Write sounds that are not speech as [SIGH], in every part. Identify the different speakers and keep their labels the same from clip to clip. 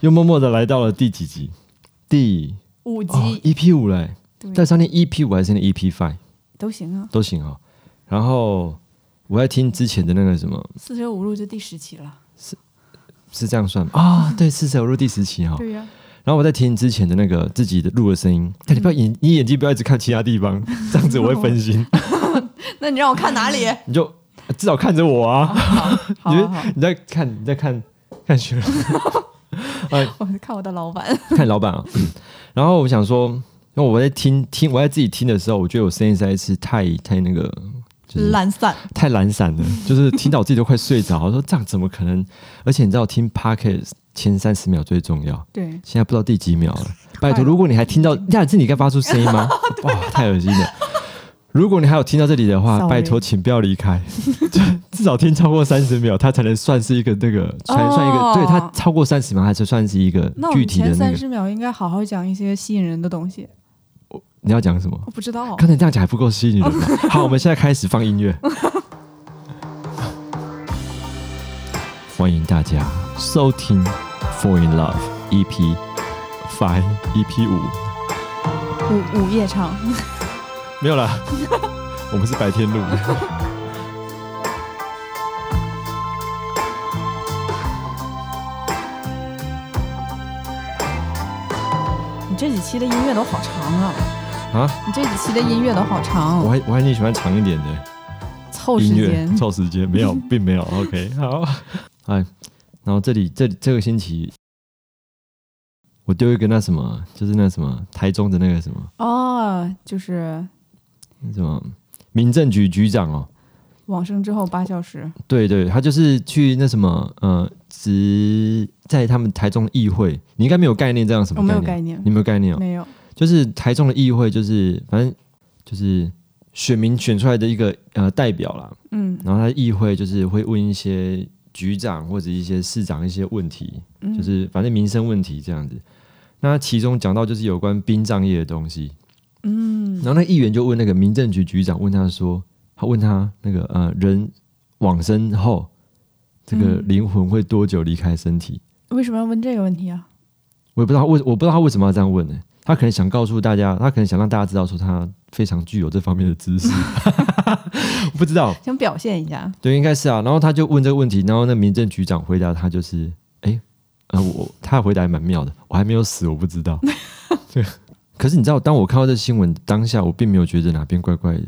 Speaker 1: 又默默的来到了第几集？第
Speaker 2: 五集、
Speaker 1: 哦 EP 五嘞，
Speaker 2: 对
Speaker 1: 但上念 EP 五还是念 EP five
Speaker 2: 都行啊，
Speaker 1: 都行哦。然后我在听之前的那个什么，
Speaker 2: 四舍五入就第十期了。
Speaker 1: 是这样算吗？啊、对，四舍五入第十期哈、哦。
Speaker 2: 对呀、
Speaker 1: 然后我在听之前的那个自己的录的声音，哎但你不要眼，你眼睛不要一直看其他地方，这样子我会分
Speaker 2: [LAUGHS]
Speaker 1: 心。
Speaker 2: 哦那你让我看哪里？
Speaker 1: 你就至少看着我啊，
Speaker 2: 好
Speaker 1: [LAUGHS] 你
Speaker 2: 好
Speaker 1: 就
Speaker 2: 好，
Speaker 1: 你在看你在看看
Speaker 2: [LAUGHS]
Speaker 1: 哎学
Speaker 2: [LAUGHS] 我看我的老板。
Speaker 1: 看老板啊。 [CLEARS THROAT] 然后我想说，因为我在听听我在自己听的时候，我觉得我声音实在是太太那个，就是
Speaker 2: 懒散，
Speaker 1: 太懒散了，就是听到我自己都快睡着。我说这样怎么可能？而且你知道，听 podcast 前三十秒最重要，
Speaker 2: 对，
Speaker 1: 现在不知道第几秒了。拜
Speaker 2: 快
Speaker 1: 托，
Speaker 2: 了
Speaker 1: 如果你还听到，那是你该发出声音
Speaker 2: [LAUGHS]
Speaker 1: 吗？哇，太恶心了。如果你还有听到这里的话，
Speaker 2: Sorry
Speaker 1: 拜托请不要离开， [LAUGHS] 就至少听超过三十秒，它才能算是一个那个，才能算一个，
Speaker 2: 哦
Speaker 1: 对它超过三十秒，它才算是一个
Speaker 2: 那我
Speaker 1: 具
Speaker 2: 们
Speaker 1: 体的
Speaker 2: 前
Speaker 1: 那
Speaker 2: 三
Speaker 1: 个。
Speaker 2: 十秒应该好好讲一些吸引人的东西。
Speaker 1: 你要讲什么？
Speaker 2: 我不知道，
Speaker 1: 刚才你这样讲还不够吸引
Speaker 2: [LAUGHS]
Speaker 1: 人吗？好，我们现在开始放音乐。欢迎大家收听《Fall in Love》EP Five EP 五，
Speaker 2: 午午夜场，
Speaker 1: 没有
Speaker 2: [LAUGHS]
Speaker 1: 啦，我们是白天录
Speaker 2: 哦
Speaker 1: 的。
Speaker 2: 你这几期的音乐都好长啊！
Speaker 1: 啊，
Speaker 2: 你这几期的音乐都好
Speaker 1: 我
Speaker 2: 长，
Speaker 1: 还我还挺喜欢长一点的
Speaker 2: 凑时
Speaker 1: 音乐
Speaker 2: 间，
Speaker 1: 凑时间，
Speaker 2: [LAUGHS]
Speaker 1: 没有，并没有。OK，好，哎，然后这里这里这个星期。我丢一个那什么，就是那什么台中的那个什么
Speaker 2: 哦，就是
Speaker 1: 那什么民政局局长哦，
Speaker 2: 往生之后八小时，
Speaker 1: 对对，他就是去那什么，呃，职在他们台中的议会，你应该没有概念这样什
Speaker 2: 我
Speaker 1: 么
Speaker 2: 没
Speaker 1: 概念，
Speaker 2: 有概念，
Speaker 1: 你没有概念哦，
Speaker 2: 没有，
Speaker 1: 就是台中的议会，就是反正就是选民选出来的一个呃代表啦，
Speaker 2: 嗯
Speaker 1: 然后他的议会就是会问一些局长或者一些市长一些问题，
Speaker 2: 嗯，
Speaker 1: 就是反正民生问题这样子。那其中讲到就是有关殡葬业的东西，
Speaker 2: 嗯
Speaker 1: 然后那议员就问那个民政局局长，问他说，他问他那个呃人往生后，这个
Speaker 2: 嗯
Speaker 1: 灵魂会多久离开身体？
Speaker 2: 为什么要问这个问题啊？
Speaker 1: 我也不知道他为我不知道他为什么要这样问呢、他可能想告诉大家，他可能想让大家知道说他非常具有这方面的知识， [LAUGHS] 我不知道，
Speaker 2: 想表现一下，
Speaker 1: 对，应该是啊。然后他就问这个问题，然后那民政局长回答他就是，哎，呃，我他回答还蛮妙的，我还没有死，我不知道。 [LAUGHS] 对，可是你知道，当我看到这新闻当下，我并没有觉得哪边怪怪的。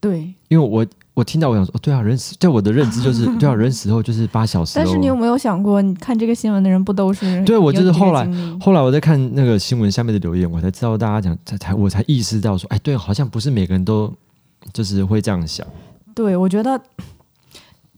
Speaker 2: 对。
Speaker 1: 因为我我听到我想说，哦，对啊，人死，在我的认知就是，对啊，人死后就是八小时、哦。
Speaker 2: 但是你有没有想过，你看这个新闻的人不都是
Speaker 1: 对我
Speaker 2: 有
Speaker 1: 就是
Speaker 2: 这个
Speaker 1: 后来
Speaker 2: 经历
Speaker 1: 后来我在看那个新闻下面的留言，我才知道大家讲才才我才意识到说，哎，对，好像不是每个人都就是会这样想。
Speaker 2: 对，我觉得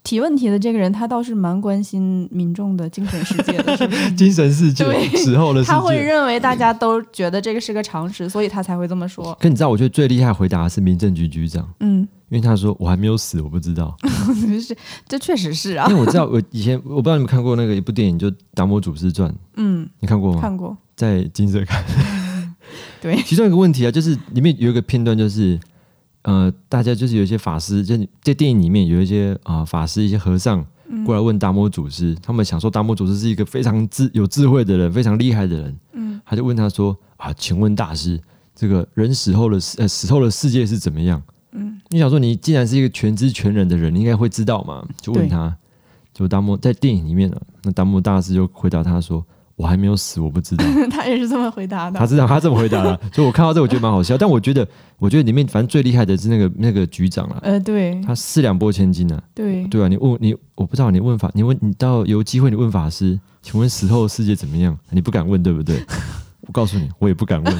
Speaker 2: 提问题的这个人，他倒是蛮关心民众的精神世界的，是不
Speaker 1: [LAUGHS]
Speaker 2: 是
Speaker 1: 精神世界
Speaker 2: 对
Speaker 1: 死后的世
Speaker 2: 他会
Speaker 1: 界。
Speaker 2: 认为大家都觉得这个是个常识，所以他才会这么说。
Speaker 1: 可你知道，我觉得最厉害的回答的是民政局局长，
Speaker 2: [LAUGHS] 嗯，
Speaker 1: 因为他说我还没有死，我不知道。
Speaker 2: 是，
Speaker 1: 嗯
Speaker 2: 这嗯确实是啊
Speaker 1: 因。为我知道我以前我不知道你们看过那个一部电影，就《达摩祖师传》，
Speaker 2: 嗯，
Speaker 1: 你看过吗？
Speaker 2: 看过。 [LAUGHS]
Speaker 1: 在金色看。
Speaker 2: 对
Speaker 1: 其中一个问题啊，就是里面有一个片段，就是呃，大家就是有一些法师，就你在电影里面有一些啊、法师、一些和尚
Speaker 2: 嗯
Speaker 1: 过来问达摩祖师，他们想说达摩祖师是一个非常智有智慧的人，非常厉害的人，
Speaker 2: 嗯，
Speaker 1: 他就问他说啊，请问大师，这个人死后的世呃死后的世界是怎么样？嗯，你想说你既然是一个全知全能的人，你应该会知道嘛？就问
Speaker 2: 对
Speaker 1: 他，就达摩在电影里面呢、那达摩大师就回答他说。我还没有死，我不知道。
Speaker 2: 他也是这么回答
Speaker 1: 他
Speaker 2: 的。
Speaker 1: 知道他这么回答了，所以我看到这我觉得蛮好笑。但我觉得，我觉得里面反正最厉害的是那个那个局长啦，
Speaker 2: 呃，对
Speaker 1: 他四两拨千斤啊，
Speaker 2: 对，
Speaker 1: 对啊，你问你，我不知道你问法，你问你到有机会你问法师，请问死后的世界怎么样？你不敢问对不对？我告诉你，我也不敢问。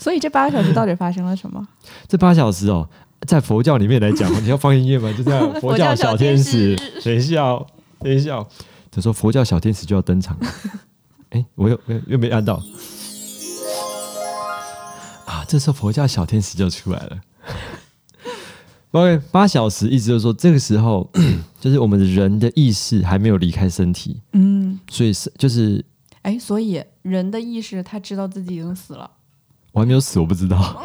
Speaker 2: 所以这八个小时到底发生了什么？
Speaker 1: 这八小时哦，在佛教里面来讲，你要放音乐吗？就这 [LAUGHS] 样，佛教小天使，等一下哦，等一下哦，这时候佛教小天使就要登场 [LAUGHS] 了。哎，我又又又没按到啊！这时候佛教小天使就出来了。OK，八小时意思就是说，这个时候 [CLEARS THROAT] 就是我们的人的意识还没有离开身体，
Speaker 2: 嗯，
Speaker 1: 所以是就是
Speaker 2: 哎，所以人的意识，他知道自己已经死了。
Speaker 1: 我还没有死，我不知 [LAUGHS] 道。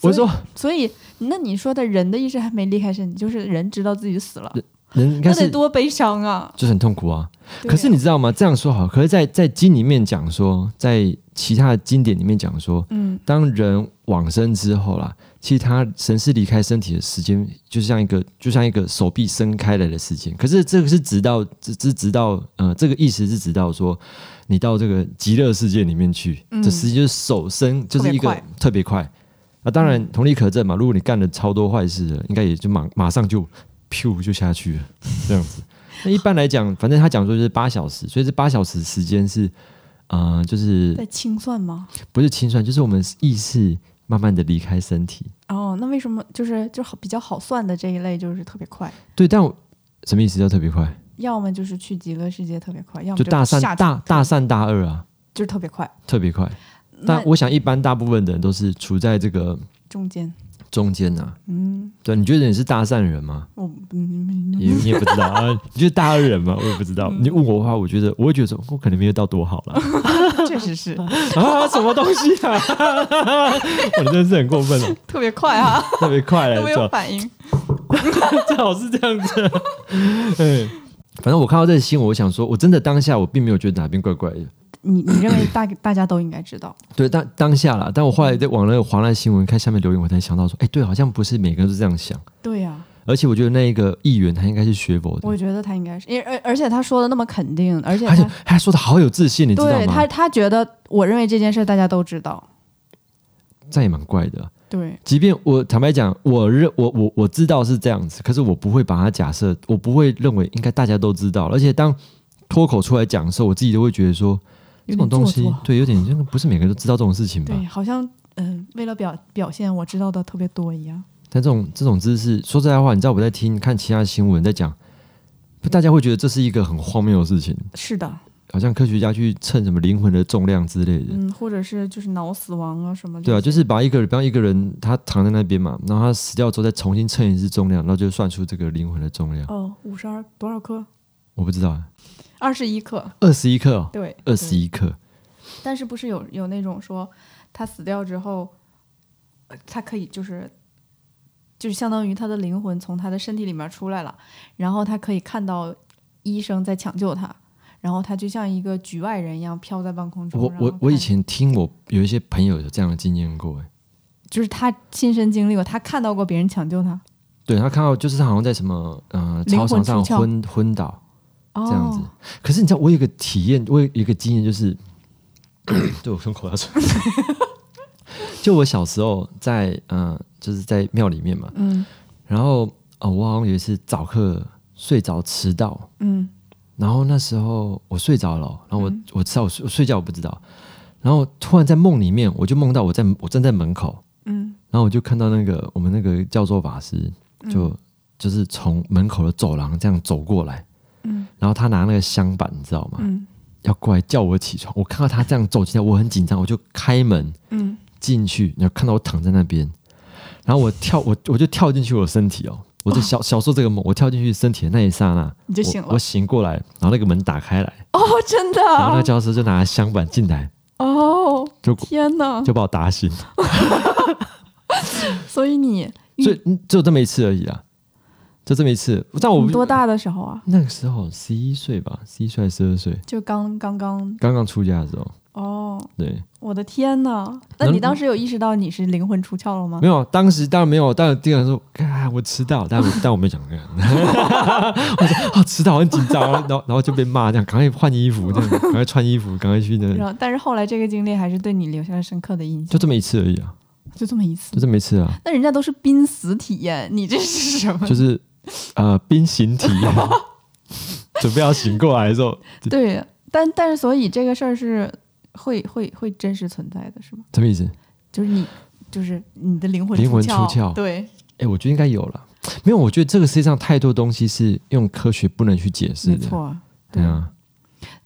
Speaker 1: 我
Speaker 2: 所以
Speaker 1: 说 [LAUGHS]
Speaker 2: 所以，那你说的人的意识还没离开身体，就是人知道自己死了
Speaker 1: 人，人应该
Speaker 2: 那得
Speaker 1: 是
Speaker 2: 多悲伤啊！
Speaker 1: 就是很痛苦啊。[LAUGHS]
Speaker 2: 对
Speaker 1: 可是
Speaker 2: 啊
Speaker 1: 你知道吗？这样说好，可是在，在经里面讲说，在其他的经典里面讲说，
Speaker 2: 嗯，
Speaker 1: 当人往生之后啦，其实他神是离开身体的时间，就像一个就像一个手臂伸开来的时间。可是这个是直到直直直到呃，这个意思是直到说你到这个极乐世界里面去，
Speaker 2: 嗯
Speaker 1: 这时间就是手伸就是一个
Speaker 2: 特别
Speaker 1: 特别快。那、当然，同理可证嘛，如果你干了超多坏事了，应该也就马马上就噗就下去了，这样子。那一般来讲，反正他讲说就是八小时，所以这八小时时间是，呃，就是
Speaker 2: 在清算吗？
Speaker 1: 不是清算，就是我们意识慢慢的离开身体。
Speaker 2: 哦，那为什么就是就好比较好算的这一类就是特别快，
Speaker 1: 对，但我什么意思叫特别快？
Speaker 2: 要么就是去极乐世界特别快，要么
Speaker 1: 就大
Speaker 2: 下
Speaker 1: 善大大善大恶啊，
Speaker 2: 就是特别快。
Speaker 1: 特别快。
Speaker 2: 那
Speaker 1: 但我想一般大部分的人都是处在这个
Speaker 2: 中 [LAUGHS] 间，
Speaker 1: 中间啊。
Speaker 2: 嗯，
Speaker 1: 对，你觉得你是大善人吗？
Speaker 2: 我嗯
Speaker 1: 也你也不知道啊，你觉得大恶人吗？我也不知道。你问我的话，我觉得我会觉得说，我哦可能没有到多好啦。
Speaker 2: 确实是
Speaker 1: 啊，什么东西啊！ [LAUGHS] 我真的是很过分哦，
Speaker 2: 特别快 [LAUGHS] 啊，
Speaker 1: 特别快了，
Speaker 2: 都没
Speaker 1: 是吧
Speaker 2: 有反应。
Speaker 1: [LAUGHS] 最好是这样子。嗯，反正我看到这个新闻，我想说，我真的当下我并没有觉得哪边怪怪的，
Speaker 2: [LAUGHS] 你你认为大大家都应该知道，
Speaker 1: 对，当当下啦。但我后来在网那个华纳新闻看下面留言，我才想到说，哎，对，好像不是每个人都这样想。
Speaker 2: 对呀、
Speaker 1: 而且我觉得那一个议员他应该是学佛的，
Speaker 2: 我觉得他应该是，因而而且他说的那么肯定，而且
Speaker 1: 而且
Speaker 2: 他
Speaker 1: 他说的好有自信，你知道
Speaker 2: 对他
Speaker 1: 吗？
Speaker 2: 他觉得，我认为这件事大家都知道，
Speaker 1: 这样也蛮怪的。啊
Speaker 2: 对，
Speaker 1: 即便我坦白讲，我认我我我知道是这样子，可是我不会把它假设，我不会认为应该大家都知道。而且当脱口出来讲的时候，我自己都会觉得说，这
Speaker 2: 有
Speaker 1: 种
Speaker 2: 点
Speaker 1: 东
Speaker 2: 做
Speaker 1: 西，
Speaker 2: 作，
Speaker 1: 对，有点像不是每个人都知道这种事情吧？
Speaker 2: 对，好像嗯、为了表表现我知道的特别多一样，
Speaker 1: 但这种这种知识，说实在话，你知道我在听看其他新闻在讲，大家会觉得这是一个很荒谬的事情，
Speaker 2: 是的，
Speaker 1: 好像科学家去称什么灵魂的重量之类的。
Speaker 2: 嗯，或者是就是脑死亡啊什么这些，
Speaker 1: 对啊，就是把一个，比方一个人他躺在那边嘛，然后他死掉之后再重新称一次重量，然后就算出这个灵魂的重量。
Speaker 2: 哦，五十二多少克？
Speaker 1: 我不知道啊，
Speaker 2: 二十一克，
Speaker 1: 二十一克、哦，
Speaker 2: 对，
Speaker 1: 二十一克，
Speaker 2: 但是不是有有那种说他死掉之后，呃他可以就是就是相当于他的灵魂从他的身体里面出来了，然后他可以看到医生在抢救他，然后他就像一个局外人一样飘在半空中。
Speaker 1: 我
Speaker 2: 然后
Speaker 1: 我
Speaker 2: 看
Speaker 1: 我以前听我有一些朋友有这样的经验过，哎，
Speaker 2: 就是他亲身经历过，他看到过别人抢救他，
Speaker 1: 对他看到就是他好像在什么呃
Speaker 2: 灵
Speaker 1: 操
Speaker 2: 魂
Speaker 1: 场上
Speaker 2: 出窍
Speaker 1: 昏昏倒，
Speaker 2: 哦
Speaker 1: 这样子。可是你知道，我有一个体验，我有一个经验，就是 [COUGHS] 对我吞口水。 [LAUGHS] 就我小时候在嗯、呃就是在庙里面嘛，
Speaker 2: 嗯
Speaker 1: 然后啊、呃我好像有一次早课睡着迟到，
Speaker 2: 嗯
Speaker 1: 然后那时候我睡着了，然后我、我知道我睡我睡觉我不知道，然后突然在梦里面，我就梦到我在我站在门口，
Speaker 2: 嗯
Speaker 1: 然后我就看到那个我们那个教授法师就、就是从门口的走廊这样走过来，
Speaker 2: 嗯
Speaker 1: 然后他拿那个香板，你知道吗？
Speaker 2: 嗯
Speaker 1: 要过来叫我起床。我看到他这样走进来，我很紧张，我就开门
Speaker 2: 嗯，
Speaker 1: 进去，然后看到我躺在那边，然后我跳，我我就跳进去我身体哦，我就小小时候这个梦，我跳进去身体的那一刹那，
Speaker 2: 你就醒
Speaker 1: 我，我
Speaker 2: 了
Speaker 1: 醒过来，然后那个门打开来，
Speaker 2: 哦，真的
Speaker 1: 然后那个教授就拿香板进
Speaker 2: 嗯
Speaker 1: 来，
Speaker 2: 哦，
Speaker 1: 就
Speaker 2: 天哪！
Speaker 1: 就把我打醒，
Speaker 2: 所以你
Speaker 1: 所以嗯只有这么一次而已啦，就这么一次。但我
Speaker 2: 你多大的时候啊？
Speaker 1: 那个时候十一岁吧，十一岁还是十二岁，
Speaker 2: 就刚刚刚
Speaker 1: 刚刚出家的时候，
Speaker 2: 哦，
Speaker 1: 对。
Speaker 2: 我的天呐！
Speaker 1: 能
Speaker 2: 那你当时有意识到你是灵魂出窍了吗
Speaker 1: 没？有，当时当然没有，当然第二说，啊，我迟到，
Speaker 2: [LAUGHS]
Speaker 1: 但我但我没讲 [LAUGHS] 这个，我说啊迟到很紧张，然后然后就被骂这样，赶快换衣服，这样赶快穿衣服，赶快去那，
Speaker 2: 然后，但是后来这个经历还是对你留下了深刻的印
Speaker 1: 就
Speaker 2: 象，
Speaker 1: 这么一次而已啊，
Speaker 2: 就这么一次
Speaker 1: 就。这么一次啊，
Speaker 2: 那人家都是濒死体验，你这是什么？
Speaker 1: 就是呃冰行体 [LAUGHS] 验，准备要醒过来的时候，
Speaker 2: 对，但但是所以这个事儿是会会会真实存在的，是吗？
Speaker 1: [LAUGHS] 什么意思？
Speaker 2: 就是你就是你的灵魂
Speaker 1: 灵魂
Speaker 2: 窍，
Speaker 1: 出窍
Speaker 2: 对，
Speaker 1: 哎，我觉得应该有了，没有，我觉得这个世界上太多东西是用科学不能去解释
Speaker 2: 没
Speaker 1: 的，
Speaker 2: 错。
Speaker 1: 对啊，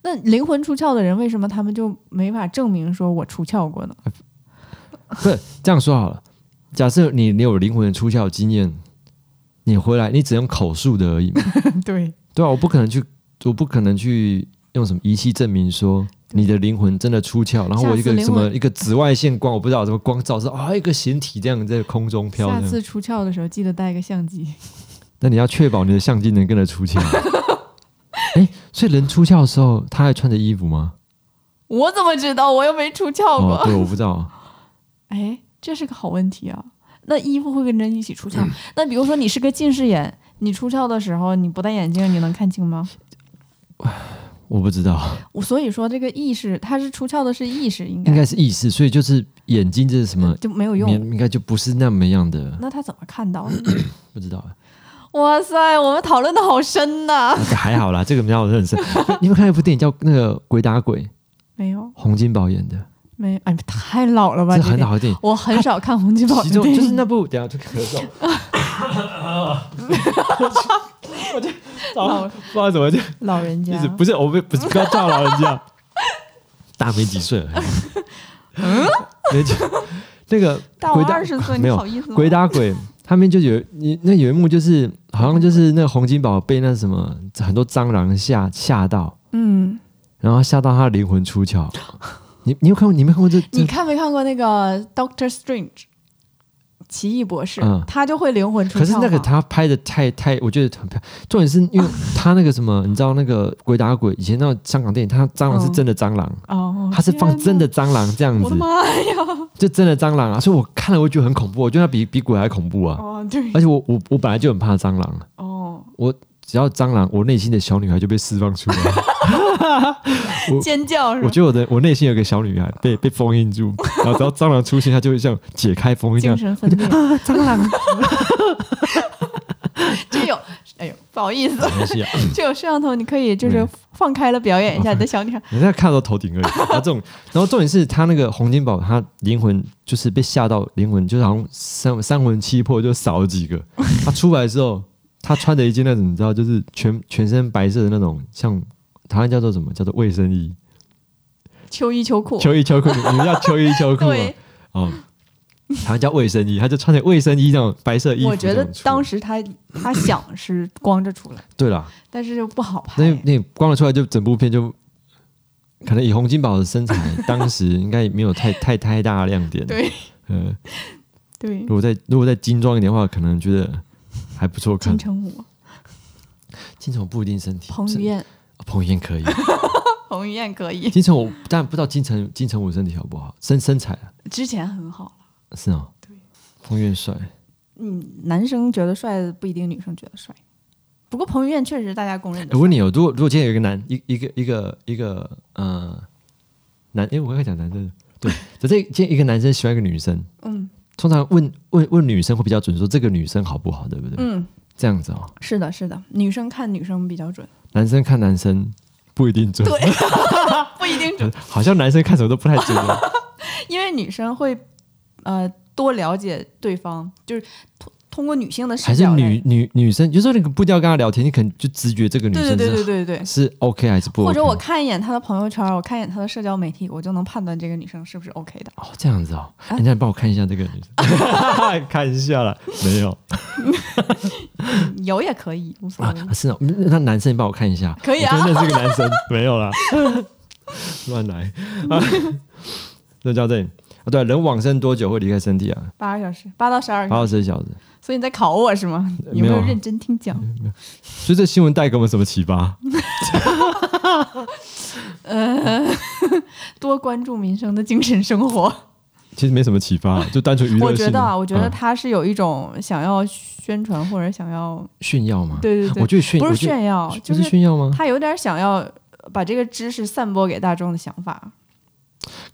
Speaker 2: 那灵魂出窍的人，为什么他们就没法证明说我出窍过呢？
Speaker 1: 不是这样说好了。假设你你有灵魂的出窍经验，你回来你只用口述的而已
Speaker 2: [LAUGHS]
Speaker 1: 嘛？
Speaker 2: 对，
Speaker 1: 对啊，我不可能去，我不可能去用什么仪器证明说
Speaker 2: 对
Speaker 1: 你的灵魂真的出窍，然后我一
Speaker 2: 下次
Speaker 1: 个
Speaker 2: 灵
Speaker 1: 什么
Speaker 2: 魂
Speaker 1: 一个紫外线光，我不知道什么光照是啊、一个形体这样在空中飘
Speaker 2: 下
Speaker 1: 这样。
Speaker 2: 次出窍的时候记得带个相机。 [LAUGHS]
Speaker 1: 那你要确保你的相机能跟着出窍。哎，所以人出窍的时候，他还穿着衣服吗？
Speaker 2: 我怎么知道？我又没出窍
Speaker 1: 哦，
Speaker 2: 过。
Speaker 1: 对，我不知道。
Speaker 2: [LAUGHS] 哎、这是个好问题啊。那衣服会跟着一起出窍？
Speaker 1: 嗯
Speaker 2: 那比如说你是个近视眼，你出窍的时候你不戴眼镜，你能看清吗？
Speaker 1: 我不知道，
Speaker 2: 我所以说这个意识，它是出窍的是意识，应该
Speaker 1: 应该是意识，所以就是眼睛这是什么？
Speaker 2: 就没有
Speaker 1: 应
Speaker 2: 用。
Speaker 1: 该应该就不是那么样的，
Speaker 2: 那他怎么看到的？
Speaker 1: 不知道。
Speaker 2: [COUGHS] 哇塞，我们讨论的好深呐、
Speaker 1: 还好啦，这个没有认识。你有没有看一部电影叫那个《鬼打鬼》，
Speaker 2: 没有，
Speaker 1: 洪金宝演的，
Speaker 2: 没有，哎，太老了吧？
Speaker 1: 这
Speaker 2: 这
Speaker 1: 很
Speaker 2: 个
Speaker 1: 好的电影。
Speaker 2: 我很少看洪金宝
Speaker 1: 其
Speaker 2: 的
Speaker 1: 中
Speaker 2: 电
Speaker 1: 就是
Speaker 2: 影，
Speaker 1: 那部，等一下就咳嗽。 [LAUGHS] 我就
Speaker 2: 老
Speaker 1: 不知道怎么就
Speaker 2: 老人家
Speaker 1: 一直不是我不不是不要叫老人家， [LAUGHS] 大没几
Speaker 2: [LAUGHS]
Speaker 1: 岁而已， [LAUGHS] 没几那
Speaker 2: [LAUGHS]
Speaker 1: 个
Speaker 2: 大我
Speaker 1: 鬼打
Speaker 2: 嗯二十
Speaker 1: [LAUGHS]
Speaker 2: 岁，
Speaker 1: 没
Speaker 2: 你
Speaker 1: 有
Speaker 2: 好意思吗？
Speaker 1: 鬼打鬼，他们就有你那有一幕就是好像就是那个洪金宝被那什么很多蟑螂吓吓到，
Speaker 2: 嗯，
Speaker 1: 然后吓到他的灵魂出
Speaker 2: [LAUGHS]
Speaker 1: 窍。你你有看过？你没看过这？这
Speaker 2: 你看没看过那个 Doctor Strange？奇异博士，
Speaker 1: 嗯
Speaker 2: 他就会灵魂出窍
Speaker 1: 可
Speaker 2: 嘛。
Speaker 1: 是那个他拍的太太，我觉得很漂亮。重点是因为他那个什么，你知道那个鬼打鬼以前那种香港电影，他蟑螂是真的蟑螂，
Speaker 2: 哦，
Speaker 1: 他是放
Speaker 2: 天
Speaker 1: 真
Speaker 2: 哪
Speaker 1: 的，蟑螂这样
Speaker 2: 我
Speaker 1: 子，
Speaker 2: 的妈呀！
Speaker 1: 就真的蟑螂啊！所以我看了我觉得很恐怖，我觉得它比比鬼还恐怖啊！
Speaker 2: 哦，对，
Speaker 1: 而且我我我本来就很怕蟑螂，啊
Speaker 2: 哦，
Speaker 1: 只要蟑螂，我内心的小女孩就被释放出来。 [LAUGHS] 我
Speaker 2: 尖叫是
Speaker 1: 我
Speaker 2: 吧？
Speaker 1: 觉得我的我内心有个小女孩被被封印住，然后只要蟑螂出现，它就会像解开封印这 [LAUGHS]
Speaker 2: 精
Speaker 1: 样。
Speaker 2: 神分裂，
Speaker 1: 啊，蟑螂！
Speaker 2: [LAUGHS] 这有，哎呦，不好意思，
Speaker 1: [LAUGHS] 没事啊，
Speaker 2: 这有摄像头，你可以就是
Speaker 1: 对
Speaker 2: 放开了表演一下
Speaker 1: 嗯
Speaker 2: 你的小女孩。
Speaker 1: 人家看到头顶
Speaker 2: [LAUGHS]
Speaker 1: 而已。然后这种，然后重点是他那个洪金宝，他灵魂就是被吓到，灵魂就是好像三三魂七魄就少了几
Speaker 2: [LAUGHS]
Speaker 1: 个。他出来之后，他穿着一件那种你知道，就是全全身白色的那种，像台湾叫做什么？叫做卫生衣，
Speaker 2: 秋衣秋裤，
Speaker 1: 秋衣秋裤。你们叫秋衣秋裤吗？
Speaker 2: 哦 [LAUGHS] 对，
Speaker 1: 哦，台湾叫卫生衣，他就穿着卫生衣那种白色衣服
Speaker 2: 我
Speaker 1: 这
Speaker 2: 觉
Speaker 1: 样出
Speaker 2: 得
Speaker 1: 来。
Speaker 2: 当时他他想是光着出来，
Speaker 1: 对啦，
Speaker 2: 但是就不好拍
Speaker 1: 那。那光了出来就整部片就。可能以洪金宝的身材，当时应该也没有太太太大的亮点。
Speaker 2: 对，
Speaker 1: 呃，
Speaker 2: 对
Speaker 1: 如，果再如果再精壮一点的话，可能觉得还不错看
Speaker 2: 金。城武、
Speaker 1: 金城武不一定身体，
Speaker 2: 彭
Speaker 1: 是
Speaker 2: 于晏，
Speaker 1: 哦彭于晏可以。
Speaker 2: 彭于晏可以，
Speaker 1: 金城武，但不知道金城金城武身体好不好，身身材啊
Speaker 2: 之前很好了。
Speaker 1: 是哦。
Speaker 2: 对，
Speaker 1: 彭于晏帅，
Speaker 2: 嗯，男生觉得帅不一定女生觉得帅，不过彭于晏确实大家公认的
Speaker 1: 我
Speaker 2: 帅。
Speaker 1: 问你哦，如果如果今天有一个男一一个一个一个呃男，哎，我刚才讲男生，
Speaker 2: [LAUGHS]
Speaker 1: 对，就这今天一个男生喜欢一个女生，
Speaker 2: 嗯
Speaker 1: 通常问问问女生会比较准，说这个女生好不好，对不对？
Speaker 2: 嗯，
Speaker 1: 这样子哦，
Speaker 2: 是的，是的，女生看女生比较准，
Speaker 1: 男生看男生不一定准，
Speaker 2: 不一定准，
Speaker 1: [LAUGHS] 好像男生看什么都不太准。啊
Speaker 2: [LAUGHS] 因为女生会呃多了解对方，就是通通过女性的视
Speaker 1: 还是
Speaker 2: 角来。
Speaker 1: 女女女生，有时候你步调跟她聊天，你可能就直觉这个女
Speaker 2: 对
Speaker 1: 生
Speaker 2: 对
Speaker 1: 是
Speaker 2: 对对对对。
Speaker 1: 是 OK 还是不 OK，
Speaker 2: 或者我看一眼她的朋友圈，我看一眼她的社交媒体，我就能判断这个女生是不是 OK
Speaker 1: [LAUGHS]
Speaker 2: 的。
Speaker 1: 哦这样子
Speaker 2: 啊
Speaker 1: 哦，人家帮我看一下这个女生， [LAUGHS] 看一下啦，没有
Speaker 2: 嗯有也可以，无所谓。
Speaker 1: 啊是哦，嗯那男生你帮我看一下，
Speaker 2: 可以啊
Speaker 1: 我觉得那是个男生，没有
Speaker 2: [LAUGHS]
Speaker 1: 啦，乱来 [LAUGHS] 啊，那叫这里啊，对啊，人往生多久会离开身体啊？
Speaker 2: 八个小时，八到十二个
Speaker 1: 八
Speaker 2: 小
Speaker 1: 到
Speaker 2: 时。
Speaker 1: 十小时，
Speaker 2: 所以你在考我是吗？有没
Speaker 1: 没有
Speaker 2: 有
Speaker 1: 啊
Speaker 2: 认真听讲？
Speaker 1: 所以这新闻带给我们什么启发？
Speaker 2: 多关注民生的精神生活。
Speaker 1: 其实没什么启发，
Speaker 2: [LAUGHS]
Speaker 1: 就单纯娱乐性
Speaker 2: 我觉得啊，我觉得
Speaker 1: 嗯
Speaker 2: 他是有一种想要宣传或者想要，
Speaker 1: 炫耀吗？
Speaker 2: 对对对
Speaker 1: 我觉得炫
Speaker 2: 不是
Speaker 1: 我觉得
Speaker 2: 炫耀，就
Speaker 1: 不是炫耀吗？
Speaker 2: 他有点想要把这个知识散播给大众的想法，